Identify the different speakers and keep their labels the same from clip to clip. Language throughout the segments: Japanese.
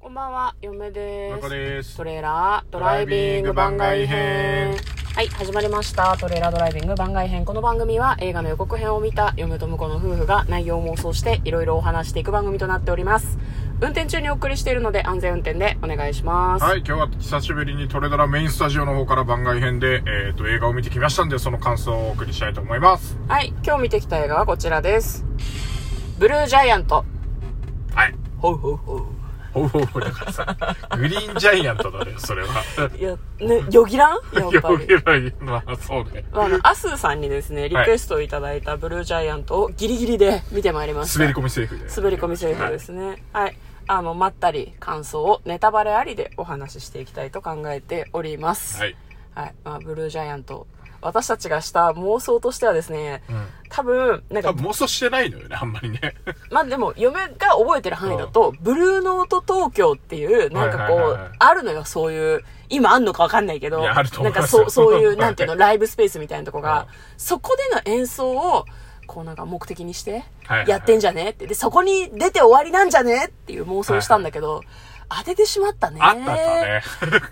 Speaker 1: こんばんは、嫁です。
Speaker 2: 中です
Speaker 1: トレーラードライビング番外編。はい、始まりました。トレーラードライビング番外編。この番組は映画の予告編を見た嫁と婿の夫婦が内容を妄想していろいろお話していく番組となっております。運転中にお送りしているので安全運転でお願いします。
Speaker 2: はい、今日は久しぶりにトレドラメインスタジオの方から番外編で、えっ、と、映画を見てきましたんで、その感想をお送りしたいと思います。
Speaker 1: はい、今日見てきた映画はこちらです。ブルージャイアント。
Speaker 2: はい。
Speaker 1: ほうほうほう。
Speaker 2: ほうほうほう、だからさ、 グリーンジャイアントだね、それは。
Speaker 1: いや、ね、 よぎらんやっぱり。
Speaker 2: よけないまあ、そうね。
Speaker 1: まああの、アスーさんにですね、リクエストをいただいたブルージャイアントをギリギリで見てまいりました。
Speaker 2: 滑り込みセーフで。
Speaker 1: 滑り込みセーフですね。はい。あの、まったり感想をネタバレありでお話ししていきたいと考えております。
Speaker 2: はい。
Speaker 1: はい。まあ、ブルージャイアント。私たちがした妄想としてはですね、多分、なん
Speaker 2: 多
Speaker 1: か、
Speaker 2: 分妄想してないのよね、あんまりね。
Speaker 1: まあでも、嫁が覚えてる範囲だと、ブルーノート東京っていう、なんかこう、
Speaker 2: はいはいはいはい
Speaker 1: あるのよ、そういう、今あんのかわかんないけど、
Speaker 2: いやあると
Speaker 1: な
Speaker 2: 思
Speaker 1: いん
Speaker 2: ます
Speaker 1: かそう、 そうい
Speaker 2: は
Speaker 1: う、
Speaker 2: い
Speaker 1: なんていうの、ライブスペースみたいなとこが、
Speaker 2: はい
Speaker 1: そこでの演奏を、こうなんか目的にして
Speaker 2: はいはい、
Speaker 1: やってんじゃねって。で、そこに出て終わりなんじゃねっていう妄想をしたんだけど、当ててしまったね。
Speaker 2: あったあったね。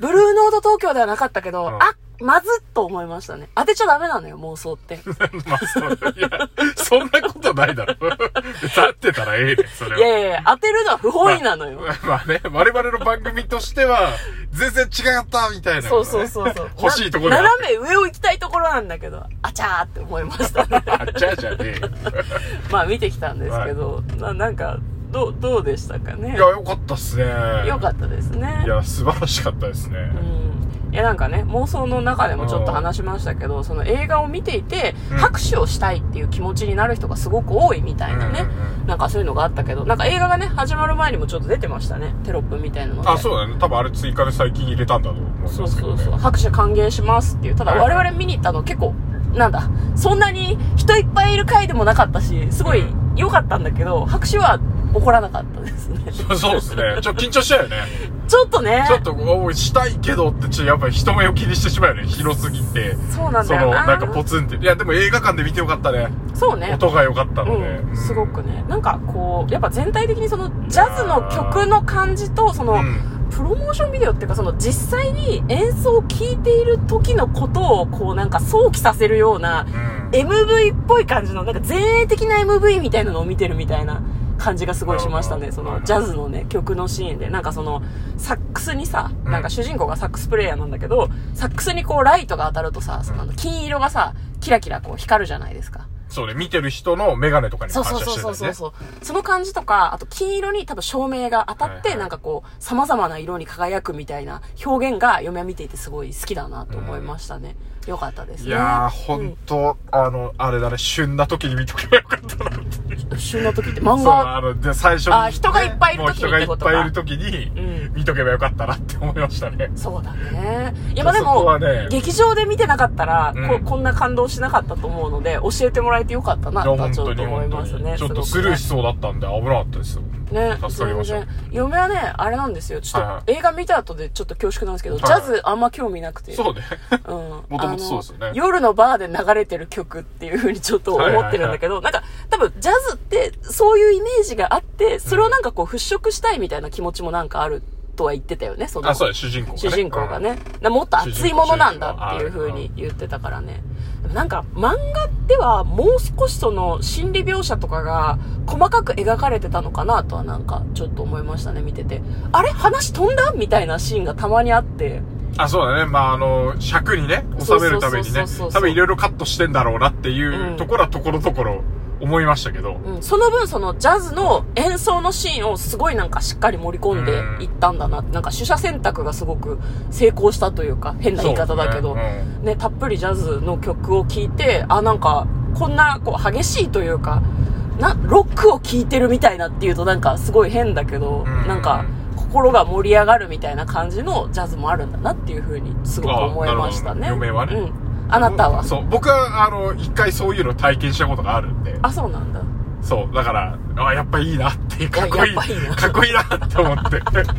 Speaker 1: ブルーノート東京ではなかったけど、
Speaker 2: ん
Speaker 1: あ、まずっと思いましたね。当てちゃダメなのよ、妄想って。
Speaker 2: まあ、そう、いや、そんなことな いだろ。立ってたらええで、それは。
Speaker 1: いやいやいや当てるのは不本意なのよ。
Speaker 2: まあ まあね、我々の番組としては、全然違ったみたいな、ね。。
Speaker 1: そうそうそうそう
Speaker 2: 欲しいところがあ
Speaker 1: な
Speaker 2: って
Speaker 1: 斜め上を行きたいところなんだけど、あちゃーって思いま したね。
Speaker 2: あっちゃじゃねえよ。
Speaker 1: まあ見てきたんですけど、ななんか、どう、どうでしたかね
Speaker 2: いや、。よかったっすね。
Speaker 1: よか
Speaker 2: っ
Speaker 1: ったですね
Speaker 2: い。や、素晴らしかったですね。
Speaker 1: うん。いやなんかね、妄想の中でもちょっと話しましたけど、その映画を見ていて、
Speaker 2: うん
Speaker 1: 拍手をしたいっていう気持ちになる人がすごく多いみたいなね
Speaker 2: うんうん。
Speaker 1: なんかそういうのがあったけど、なんか映画がね、始まる前にもちょっと出てましたね。テロップみたいなので。
Speaker 2: あ、そうだね。多分あれ追加で最近入れたんだと思うん
Speaker 1: そ
Speaker 2: で
Speaker 1: う
Speaker 2: すけ
Speaker 1: そ
Speaker 2: ど
Speaker 1: う
Speaker 2: ね。
Speaker 1: そう。拍手歓迎しますっていう。ただ
Speaker 2: はいはい
Speaker 1: 我々見に行ったの結構、なんだ、そんなに人いっぱいいる回でもなかったし、すごい良かったんだけど、拍手は起こらなかったですね。
Speaker 2: そうそうですね。ちょっと緊張したよね。
Speaker 1: ちょっとね
Speaker 2: ちょ、っと、おい、したいけどって、ちょっとやっぱり人目を気にしてしまうよね。広すぎて。
Speaker 1: そうなん
Speaker 2: そ
Speaker 1: だ
Speaker 2: の、
Speaker 1: よな。
Speaker 2: なんかポツンって。いや、でも映画館で見てよかったね。
Speaker 1: そうね。
Speaker 2: 音が良かったので。
Speaker 1: うん、すごくね。なんかこう、やっぱ全体的にそのジャズの曲の感じと、その、
Speaker 2: うん。
Speaker 1: プロモーションビデオっていうか、その実際に演奏を聴いている時のことを、こうなんか想起させるような、
Speaker 2: うん。
Speaker 1: MV っぽい感じの、なんか前衛的な MV みたいなのを見てるみたいな感じがすごいしました
Speaker 2: な
Speaker 1: ね。
Speaker 2: る
Speaker 1: そ
Speaker 2: ほど
Speaker 1: のジャズのね、曲のシーンで。なんかその、サックスにさ、
Speaker 2: うん
Speaker 1: なんか主人公がサックスプレイヤーなんだけど、サックスにこうライトが当たるとさ、そのあの金色がさ、キラキラこう光るじゃないですか。
Speaker 2: そうね。見てる人のメガネとかに
Speaker 1: そ
Speaker 2: 反
Speaker 1: う
Speaker 2: 射し
Speaker 1: そう
Speaker 2: てた
Speaker 1: そう
Speaker 2: よね。
Speaker 1: そうそうそう、その感じとか、あと金色に多分照明が当たって、
Speaker 2: はいはい
Speaker 1: なんかこう、様々な色に輝くみたいな表現が嫁は見ていてすごい好きだなと思いましたね。よかったですね。
Speaker 2: いやー、ほ
Speaker 1: うん
Speaker 2: んと、あの、あれだね、旬な時に見とけばよかったなって。
Speaker 1: 旬の時って漫
Speaker 2: そう、
Speaker 1: 画
Speaker 2: あの、で、最初に、
Speaker 1: あ人がいっぱいいる時に
Speaker 2: もう人がいっぱいいる時
Speaker 1: う
Speaker 2: に
Speaker 1: ん、
Speaker 2: 見とけばよかったなって思いましたね。
Speaker 1: そうだね。いや、まあで
Speaker 2: そこ
Speaker 1: も、
Speaker 2: はね
Speaker 1: 劇場で見てなかったら、
Speaker 2: うん
Speaker 1: こ、こんな感動しなかったと思うので、教えてもらえてよかったな、
Speaker 2: い
Speaker 1: とは
Speaker 2: や、本
Speaker 1: ちょ
Speaker 2: 当
Speaker 1: っと
Speaker 2: に、
Speaker 1: 思い
Speaker 2: 本当
Speaker 1: ますね。
Speaker 2: に。ちょっと
Speaker 1: す
Speaker 2: ス
Speaker 1: ごく
Speaker 2: ル
Speaker 1: ね
Speaker 2: ーしそうだったんで、危なかったですよ。
Speaker 1: ね、
Speaker 2: 助かり
Speaker 1: 全
Speaker 2: ました
Speaker 1: 然。嫁はね、あれなんですよ。ちょっと、
Speaker 2: はいは
Speaker 1: 映画見た後でちょっと恐縮なんですけど、
Speaker 2: はい
Speaker 1: ジャズあんま興味なくて。
Speaker 2: そうね。
Speaker 1: うん。
Speaker 2: もともとそうですよね
Speaker 1: あの夜のバーで流れてる曲っていう風にちょっと思ってるんだけど、なんか、多分、ジャズって、そういうイメージがあって、それをなんかこう、払拭したいみたいな気持ちもなんかあるとは言ってたよね、その。
Speaker 2: あ、そうだ、主人公がね。
Speaker 1: 主人公がね、なもっと熱いものなんだっていう風に言ってたからね。でもなんか漫画ではもう少しその心理描写とかが細かく描かれてたのかなとはなんかちょっと思いましたね、見てて。あれ話飛んだみたいなシーンがたまにあって。
Speaker 2: うん。あ、そうだね。まあ、あの、尺にね、収めるために
Speaker 1: そうそうそう
Speaker 2: ね
Speaker 1: そうそう、
Speaker 2: 多分いろいろカットしてんだろうなっていううんところはところどころ思いましたけど。
Speaker 1: うん、その分そのジャズの演奏のシーンをすごいなんかしっかり盛り込んでいったんだな。なんか取捨選択がすごく成功したというか変な言い方だけど。
Speaker 2: そうねうん
Speaker 1: ね、たっぷりジャズの曲を聴いて、あ、なんか、こんな、こう、激しいというか、な、ロックを聴いてるみたいなっていうとなんかすごい変だけど、
Speaker 2: うん
Speaker 1: なんか、心が盛り上がるみたいな感じのジャズもあるんだなっていうふうにすごく思いましたね。
Speaker 2: あなるほど嫁はね
Speaker 1: うん。あなたは
Speaker 2: そう、僕は、あの、一回そういうの体験したことがあるんで。
Speaker 1: あ、そうなんだ。
Speaker 2: そう。だから、あ、やっぱいいなっていう、
Speaker 1: や
Speaker 2: かっこいい。
Speaker 1: やっぱいいな
Speaker 2: かっこいいなって思って。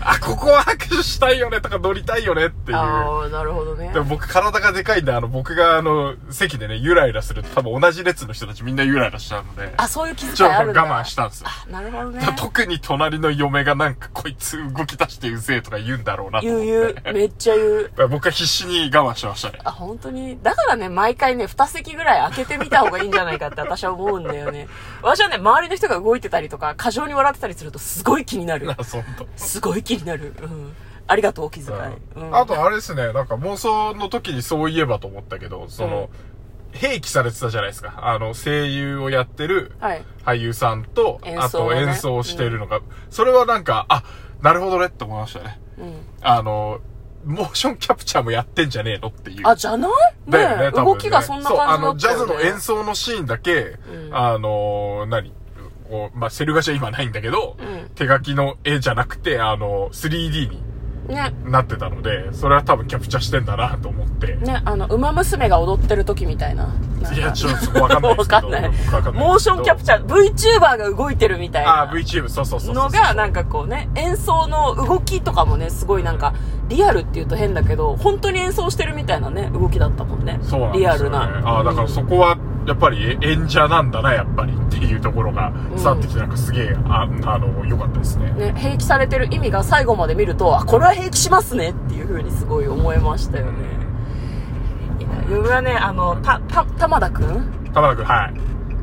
Speaker 2: あ、ここは握手したいよねとか乗りたいよねっていう。
Speaker 1: ああ、なるほどね
Speaker 2: で。も僕体がでかいんで、あの、僕があの、席でね、ゆらゆらすると多分同じ列の人たちみんなゆらゆらしちゃうので、
Speaker 1: あ、そういう気遣
Speaker 2: ちょ
Speaker 1: い
Speaker 2: っと
Speaker 1: あるんだ。
Speaker 2: 我慢したんですよ。
Speaker 1: あ。なるほどね。
Speaker 2: 特に隣の嫁がなんかこいつ動き出してうぜえとか言うんだろうなと
Speaker 1: 言
Speaker 2: 思
Speaker 1: う
Speaker 2: って。
Speaker 1: 言う。めっちゃ言う。
Speaker 2: 僕は必死に我慢してましたね。
Speaker 1: あ、本当に。だからね、毎回ね、二席ぐらい開けてみた方がいいんじゃないかって私は思うんだよね。私はね、周りの人が動いてたりとか、過剰に笑ってたりするとすごい気になる
Speaker 2: な。そんと。
Speaker 1: すごい気になる。うん。ありがとう、お気遣い。うん。
Speaker 2: あとあれですね、なんか妄想の時にそういえばと思ったけど、その、併記されてたじゃないですか。あの、声優をやってる
Speaker 1: はい。
Speaker 2: 俳優さんと、
Speaker 1: 演
Speaker 2: あ
Speaker 1: 奏を
Speaker 2: と
Speaker 1: ね
Speaker 2: 演奏をしているのが、それはなんか、あ、なるほどねって思いましたね。
Speaker 1: うん。
Speaker 2: あの、モーションキャプチャーもやってんじゃねえのっていう。
Speaker 1: あ、じゃないね
Speaker 2: だよね、多分ね
Speaker 1: 動きがそんな感じだった
Speaker 2: そ
Speaker 1: よ、ね。
Speaker 2: う、あの、ジャズの演奏のシーンだけ、
Speaker 1: うん
Speaker 2: あの、何こうまあ、セルガシは今ないんだけど、
Speaker 1: うん
Speaker 2: 手書きの絵じゃなくて、あの、3D に
Speaker 1: ね。
Speaker 2: なってたので、それは多分キャプチャーしてんだなと思って。
Speaker 1: ね、あの、馬娘が踊ってる時みたいな。なんか
Speaker 2: いや、ちょっとそこわかんない で
Speaker 1: わ
Speaker 2: すけ
Speaker 1: か
Speaker 2: ど。
Speaker 1: んない
Speaker 2: 僕わかんない
Speaker 1: モーションキャプチ
Speaker 2: ャ
Speaker 1: ャ
Speaker 2: ー。
Speaker 1: ー、VTuber が動いてるみたいな。
Speaker 2: あー、VTube、そうそうそうそう。
Speaker 1: のがなんかこうね演奏の動きとかもねすごいなんかリアルっていうと変だけど本当に演奏してるみたいなね動きだったもんね
Speaker 2: そうなんです
Speaker 1: リ
Speaker 2: よ、
Speaker 1: ア
Speaker 2: ね。
Speaker 1: ルな
Speaker 2: ああ、だからそこは、やっぱりえ演者なんだな、やっぱりっていうところが伝わってきて、なんかすげえ、ああの、良かったですね。
Speaker 1: ね兵器されてる意味が最後まで見るとあこれは兵器しますねっていう風にすごい思いましたよねいや僕はねあのたた玉田くん
Speaker 2: 田村君、はい。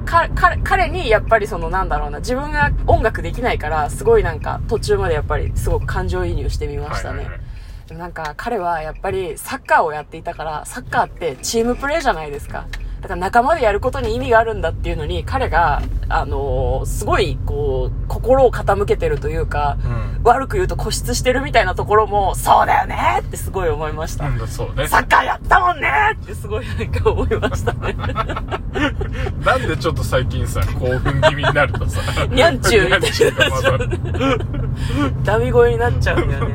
Speaker 1: か彼彼にやっぱりそのなんだろうな自分が音楽できないからすごいなんか途中までやっぱりすごく感情移入してみましたね、
Speaker 2: はいはいはい
Speaker 1: なんか彼はやっぱりサッカーをやっていたから、サッカーってチームプレーじゃないですか。だから仲間でやることに意味があるんだっていうのに、彼が、あのーすごい、こう、心を傾けてるというか、
Speaker 2: うん
Speaker 1: 悪く言うと固執してるみたいなところも、そうだよねってすごい思いました。
Speaker 2: うん、そうね。
Speaker 1: サッカーやったもんねってすごいなんか思いましたね。
Speaker 2: なんでちょっと最近さ、興奮気味になるとさ、
Speaker 1: にゃんちゅうみたいな
Speaker 2: にゃんちゅうが混ざる
Speaker 1: ダミ声になっちゃうんだよ ね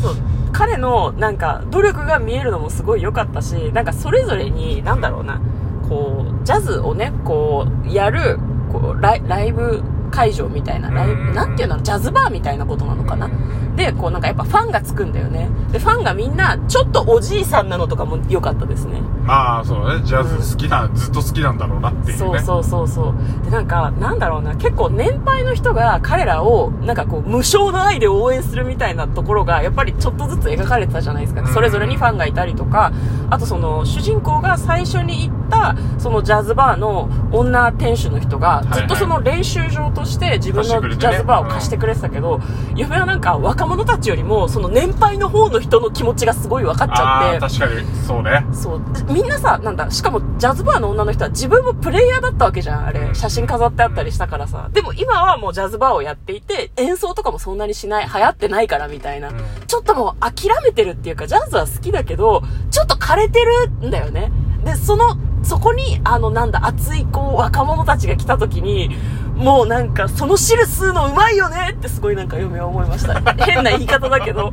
Speaker 1: そう彼のなんか努力が見えるのもすごい良かったしなんかそれぞれになんだろうなこうジャズをねこうやるこうライライブ会場みたいなライ
Speaker 2: うん
Speaker 1: ブなんていうのジャズバーみたいなことなのかなでこうなんかやっぱファンがつくんだよねでファンがみんなちょっとおじいさんなのとかも良かったですね
Speaker 2: ああ、そうね。ジャズ好きな、ずっと好きなんだろうなっていう
Speaker 1: そう
Speaker 2: ね。
Speaker 1: そうそうそうでなんかなんだろうな結構年配の人が彼らをなんかこう無償の愛で応援するみたいなところがやっぱりちょっとずつ描かれてたじゃないですか、
Speaker 2: うん
Speaker 1: それぞれにファンがいたりとかあとその主人公が最初に行ったそのジャズバーの女店主の人が
Speaker 2: いはい
Speaker 1: ずっとその練習場として自分のジャズバーを貸してくれてたけど、嫁はなんか若者たちよりもその年配の方の人の気持ちがすごい分かっちゃっ
Speaker 2: あ
Speaker 1: て
Speaker 2: あ、確かに、そうね。
Speaker 1: そうみんなさなんだしかもジャズバーの女の人は自分もプレイヤーだったわけじゃんあ
Speaker 2: うん
Speaker 1: れ写真飾ってあったりしたからさでも今はもうジャズバーをやっていて演奏とかもそんなにしない流行ってないからみたいな、
Speaker 2: うん
Speaker 1: ちょっともう諦めてるっていうかジャズは好きだけどちょっと枯れてるんだよねでそのそこにあのなんだ熱いこう若者たちが来た時にもうなんかその汁吸うのうまいよねってすごいなんか嫁は思いました 変な言い方だけど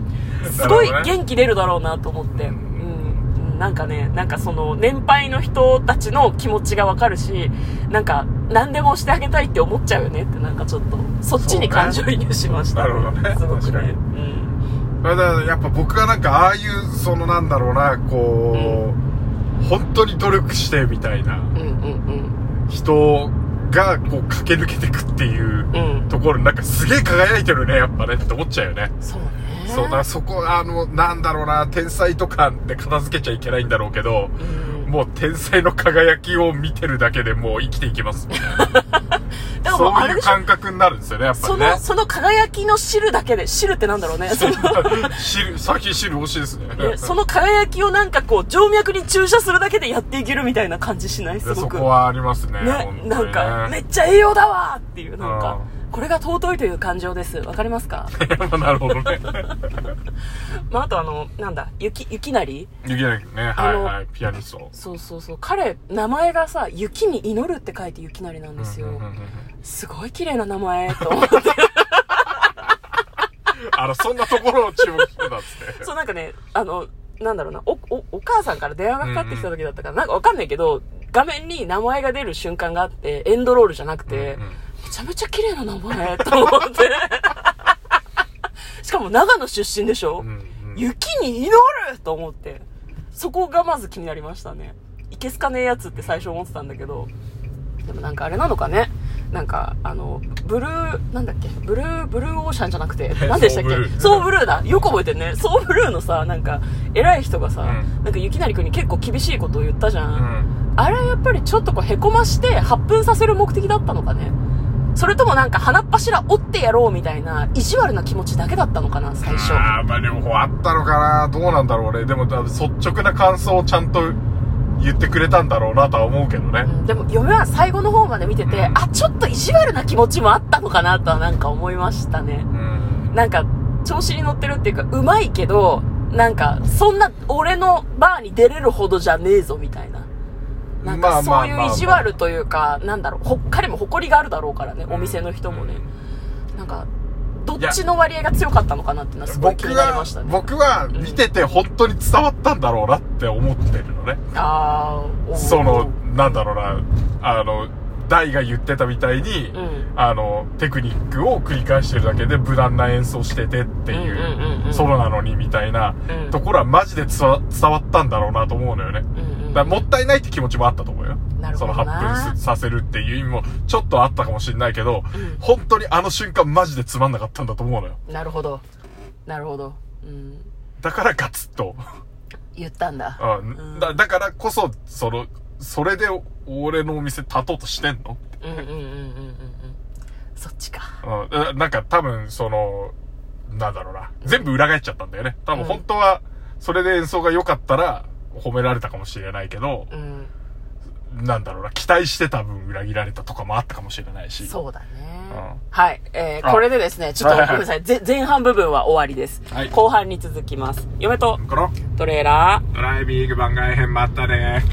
Speaker 1: すごい
Speaker 2: なるほどね
Speaker 1: 元気出るだろうなと思って、
Speaker 2: う
Speaker 1: うんん、なんかねなんかその年配の人たちの気持ちがわかるしなんか何でもしてあげたいって思っちゃうよねってなんかちょっとそっちに感情移入しました、
Speaker 2: なるほど ね
Speaker 1: すごく
Speaker 2: 確かに
Speaker 1: ね、うん
Speaker 2: それでやっぱ僕がなんか、ああいう、そのなんだろうな、こう、本当に努力してみたいな
Speaker 1: うんうん
Speaker 2: 人が、こう、駆け抜けてくっていう
Speaker 1: うんうん
Speaker 2: ところ、なんかすげえ輝いてるね、やっぱね、って思っちゃうよね。
Speaker 1: そうね
Speaker 2: そう、だからそこ、あの、なんだろうな、天才とかで片付けちゃいけないんだろうけど、
Speaker 1: うん
Speaker 2: もう天才の輝きを見てるだけでもう生きていけますみたい
Speaker 1: で
Speaker 2: な。
Speaker 1: ももう
Speaker 2: そ
Speaker 1: あ
Speaker 2: うい
Speaker 1: れ
Speaker 2: う
Speaker 1: でしょ
Speaker 2: 感覚になるんですよね、やっぱ
Speaker 1: そ
Speaker 2: りね
Speaker 1: の、。その輝きの汁だけで、汁ってなんだろうね。 その、
Speaker 2: 汁、先汁欲しいですね。
Speaker 1: ねその輝きをなんかこう、静脈に注射するだけでやっていけるみたいな感じしないす
Speaker 2: で
Speaker 1: ご
Speaker 2: そ
Speaker 1: く。
Speaker 2: こはありますね。本当
Speaker 1: ね、
Speaker 2: に
Speaker 1: なんか、めっちゃ栄養だわーっていう、なんか
Speaker 2: う、
Speaker 1: これが尊いという感情です。わかりますか
Speaker 2: まあなるほどね。
Speaker 1: まあ、あとあの、なんだ、ゆき、ゆきなり
Speaker 2: ゆきなりね、
Speaker 1: あ
Speaker 2: はい
Speaker 1: の
Speaker 2: はい、ピアニスト。
Speaker 1: そうそうそう。彼、名前がさ、雪に祈るって書いて雪なりなんです
Speaker 2: うんうんう
Speaker 1: よ
Speaker 2: んう。ん
Speaker 1: すごい綺麗な名前、と思って
Speaker 2: あの、そんなところを注目してたんで すね。
Speaker 1: そうなんかね、あの、なんだろうな、お、お、お母さんから電話がかかってきた時だったから、なんかわかんないけど、画面に名前が出る瞬間があって、エンドロールじゃなくて、
Speaker 2: うんうん
Speaker 1: めちゃめちゃ綺麗な名前と思 って。しかも長野出身でしょ、
Speaker 2: うんうん
Speaker 1: 雪に祈ると思って。そこがまず気になりましたね。いけすかねえやつって最初思ってたんだけど。でもなんかあれなのかね。なんか、あの、ブルー、なんだっけ、ブルー、ブルーオーシャンじゃなく て、なんでしたっ
Speaker 2: ソーブルー
Speaker 1: けソーブルーだ。よく覚えてんね。ソーブルーのさ、なんか、偉い人がさ、
Speaker 2: う
Speaker 1: なんか雪成くんに結構厳しいことを言ったじゃ。
Speaker 2: うんん
Speaker 1: あれはやっぱりちょっとこう、へこまして発奮させる目的だったのかね。それともなんか鼻っ柱折ってやろうみたいな、意地悪な気持ちだけだったのかな、最初。
Speaker 2: あーまあ両方あったのかなどうなんだろうねでも多分率直な感想をちゃんと言ってくれたんだろうなとは思うけどね
Speaker 1: うんでも嫁は最後の方まで見てて、
Speaker 2: うん
Speaker 1: あ、ちょっと意地悪な気持ちもあったのかなとはなんか思いましたね。
Speaker 2: うん
Speaker 1: なんか、調子に乗ってるっていうか、うまいけど、なんか、そんな、俺のバーに出れるほどじゃねえぞ、みたいな。なん
Speaker 2: ま
Speaker 1: か、
Speaker 2: あま
Speaker 1: そ
Speaker 2: あ
Speaker 1: う
Speaker 2: ま
Speaker 1: い
Speaker 2: あまあ
Speaker 1: う意地悪というか、なんだろう、ほっかりも誇りがあるだろうからね、お店の人もね。なんか、どっちの割合が強かったのかなっていうのはすごい気
Speaker 2: 僕
Speaker 1: になり
Speaker 2: は
Speaker 1: ましたね。
Speaker 2: 僕は見てて本当に伝わったんだろうなって思ってるのね
Speaker 1: あーおー
Speaker 2: その、なんだろうな、あの、大が言ってたみたいに、
Speaker 1: うん
Speaker 2: あの、テクニックを繰り返してるだけで無難な演奏しててっていう、
Speaker 1: うんうんうんうん
Speaker 2: ソロなのにみたいな、
Speaker 1: うん
Speaker 2: ところはマジでつわ伝わったんだろうなと思うのよ
Speaker 1: う
Speaker 2: ね。
Speaker 1: んうんうん
Speaker 2: だからもったいないって気持ちもあったと思うよ。
Speaker 1: なる
Speaker 2: そ
Speaker 1: ほ
Speaker 2: の
Speaker 1: ど
Speaker 2: 発
Speaker 1: な
Speaker 2: 奮させるっていう意味もちょっとあったかもしれないけど、
Speaker 1: うん
Speaker 2: 本当にあの瞬間マジでつまんなかったんだと思うのよ。
Speaker 1: なるほど。なるほど。うん。
Speaker 2: だからガツッと。
Speaker 1: 言ったんだ。
Speaker 2: うんだだからこそ、その、それで俺のお店立とうとしてんの
Speaker 1: うんうんうんうんうんうん。そっちか。
Speaker 2: うんえ、なんか多分、その、なんだろうな。全部裏返っちゃったんだよね。多分本当は、それで演奏が良かったら、褒められたかもしれないけど、
Speaker 1: うん。
Speaker 2: なんだろうな。期待してた分裏切られたとかもあったかもしれないし。
Speaker 1: そうだね
Speaker 2: うん。
Speaker 1: はい。えー
Speaker 2: あ
Speaker 1: これでですね、ちょっと
Speaker 2: はいはい
Speaker 1: ごめんな さい。ぜ前半部分は終わりです
Speaker 2: はい。
Speaker 1: 後半に続きます。嫁と
Speaker 2: この、
Speaker 1: トレーラー。
Speaker 2: ドライビング番外編まったね